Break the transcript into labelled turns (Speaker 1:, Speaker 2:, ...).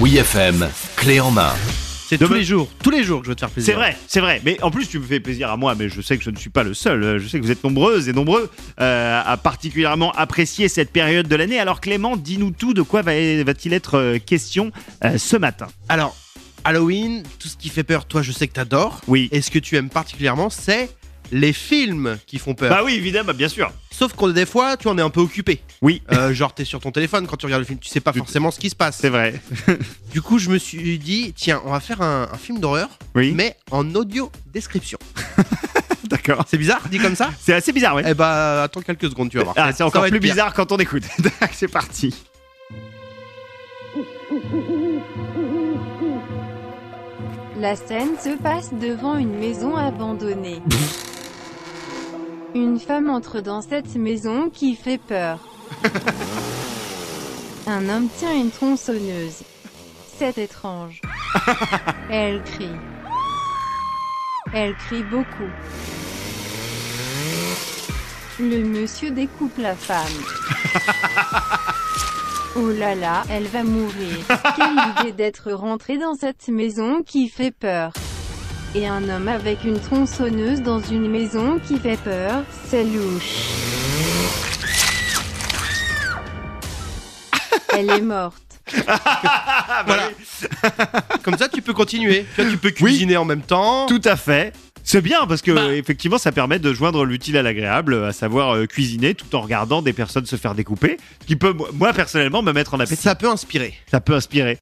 Speaker 1: Oui FM, clé en main.
Speaker 2: C'est
Speaker 3: Demain-
Speaker 2: tous les jours, tous les jours que je veux te faire plaisir.
Speaker 3: C'est vrai, c'est vrai. Mais en plus, tu me fais plaisir à moi, mais je sais que je ne suis pas le seul. Euh, Je sais que vous êtes nombreuses et nombreux euh, à particulièrement apprécier cette période de l'année. Alors Clément, dis-nous tout de quoi va- va-t-il être euh, question euh, ce matin
Speaker 2: Alors, Halloween, tout ce qui fait peur, toi, je sais que t'adores.
Speaker 3: Oui.
Speaker 2: Et ce que tu aimes particulièrement, c'est les films qui font peur.
Speaker 3: Bah oui, évidemment, bien sûr.
Speaker 2: Sauf qu'on des fois, tu en es un peu occupé.
Speaker 3: Oui.
Speaker 2: Euh, genre, t'es sur ton téléphone quand tu regardes le film, tu sais pas forcément ce qui se passe.
Speaker 3: C'est vrai.
Speaker 2: Du coup, je me suis dit, tiens, on va faire un, un film d'horreur,
Speaker 3: Oui.
Speaker 2: mais en audio description.
Speaker 3: D'accord.
Speaker 2: C'est bizarre, dit comme ça
Speaker 3: C'est assez bizarre, ouais.
Speaker 2: Eh bah, attends quelques secondes, tu vas voir.
Speaker 3: Ah, c'est
Speaker 2: Ça
Speaker 3: encore
Speaker 2: va être
Speaker 3: plus
Speaker 2: pire.
Speaker 3: bizarre quand on écoute. c'est parti.
Speaker 4: La scène se passe devant une maison abandonnée. Une femme entre dans cette maison qui fait peur. Un homme tient une tronçonneuse. C'est étrange. Elle crie. Elle crie beaucoup. Le monsieur découpe la femme. Oh là là, elle va mourir. Quelle idée d'être rentrée dans cette maison qui fait peur. Et un homme avec une tronçonneuse dans une maison qui fait peur, c'est louche. Elle est morte.
Speaker 3: Ah, bah
Speaker 2: Voilà. Comme ça, tu peux continuer. Tu, vois, tu peux cuisiner en même temps.
Speaker 3: Tout à fait. C'est bien parce que euh, effectivement ça permet de joindre l'utile à l'agréable, euh, à savoir euh, cuisiner tout en regardant des personnes se faire découper, ce qui peut moi personnellement me mettre en appétit.
Speaker 2: Ça peut inspirer.
Speaker 3: Ça peut inspirer.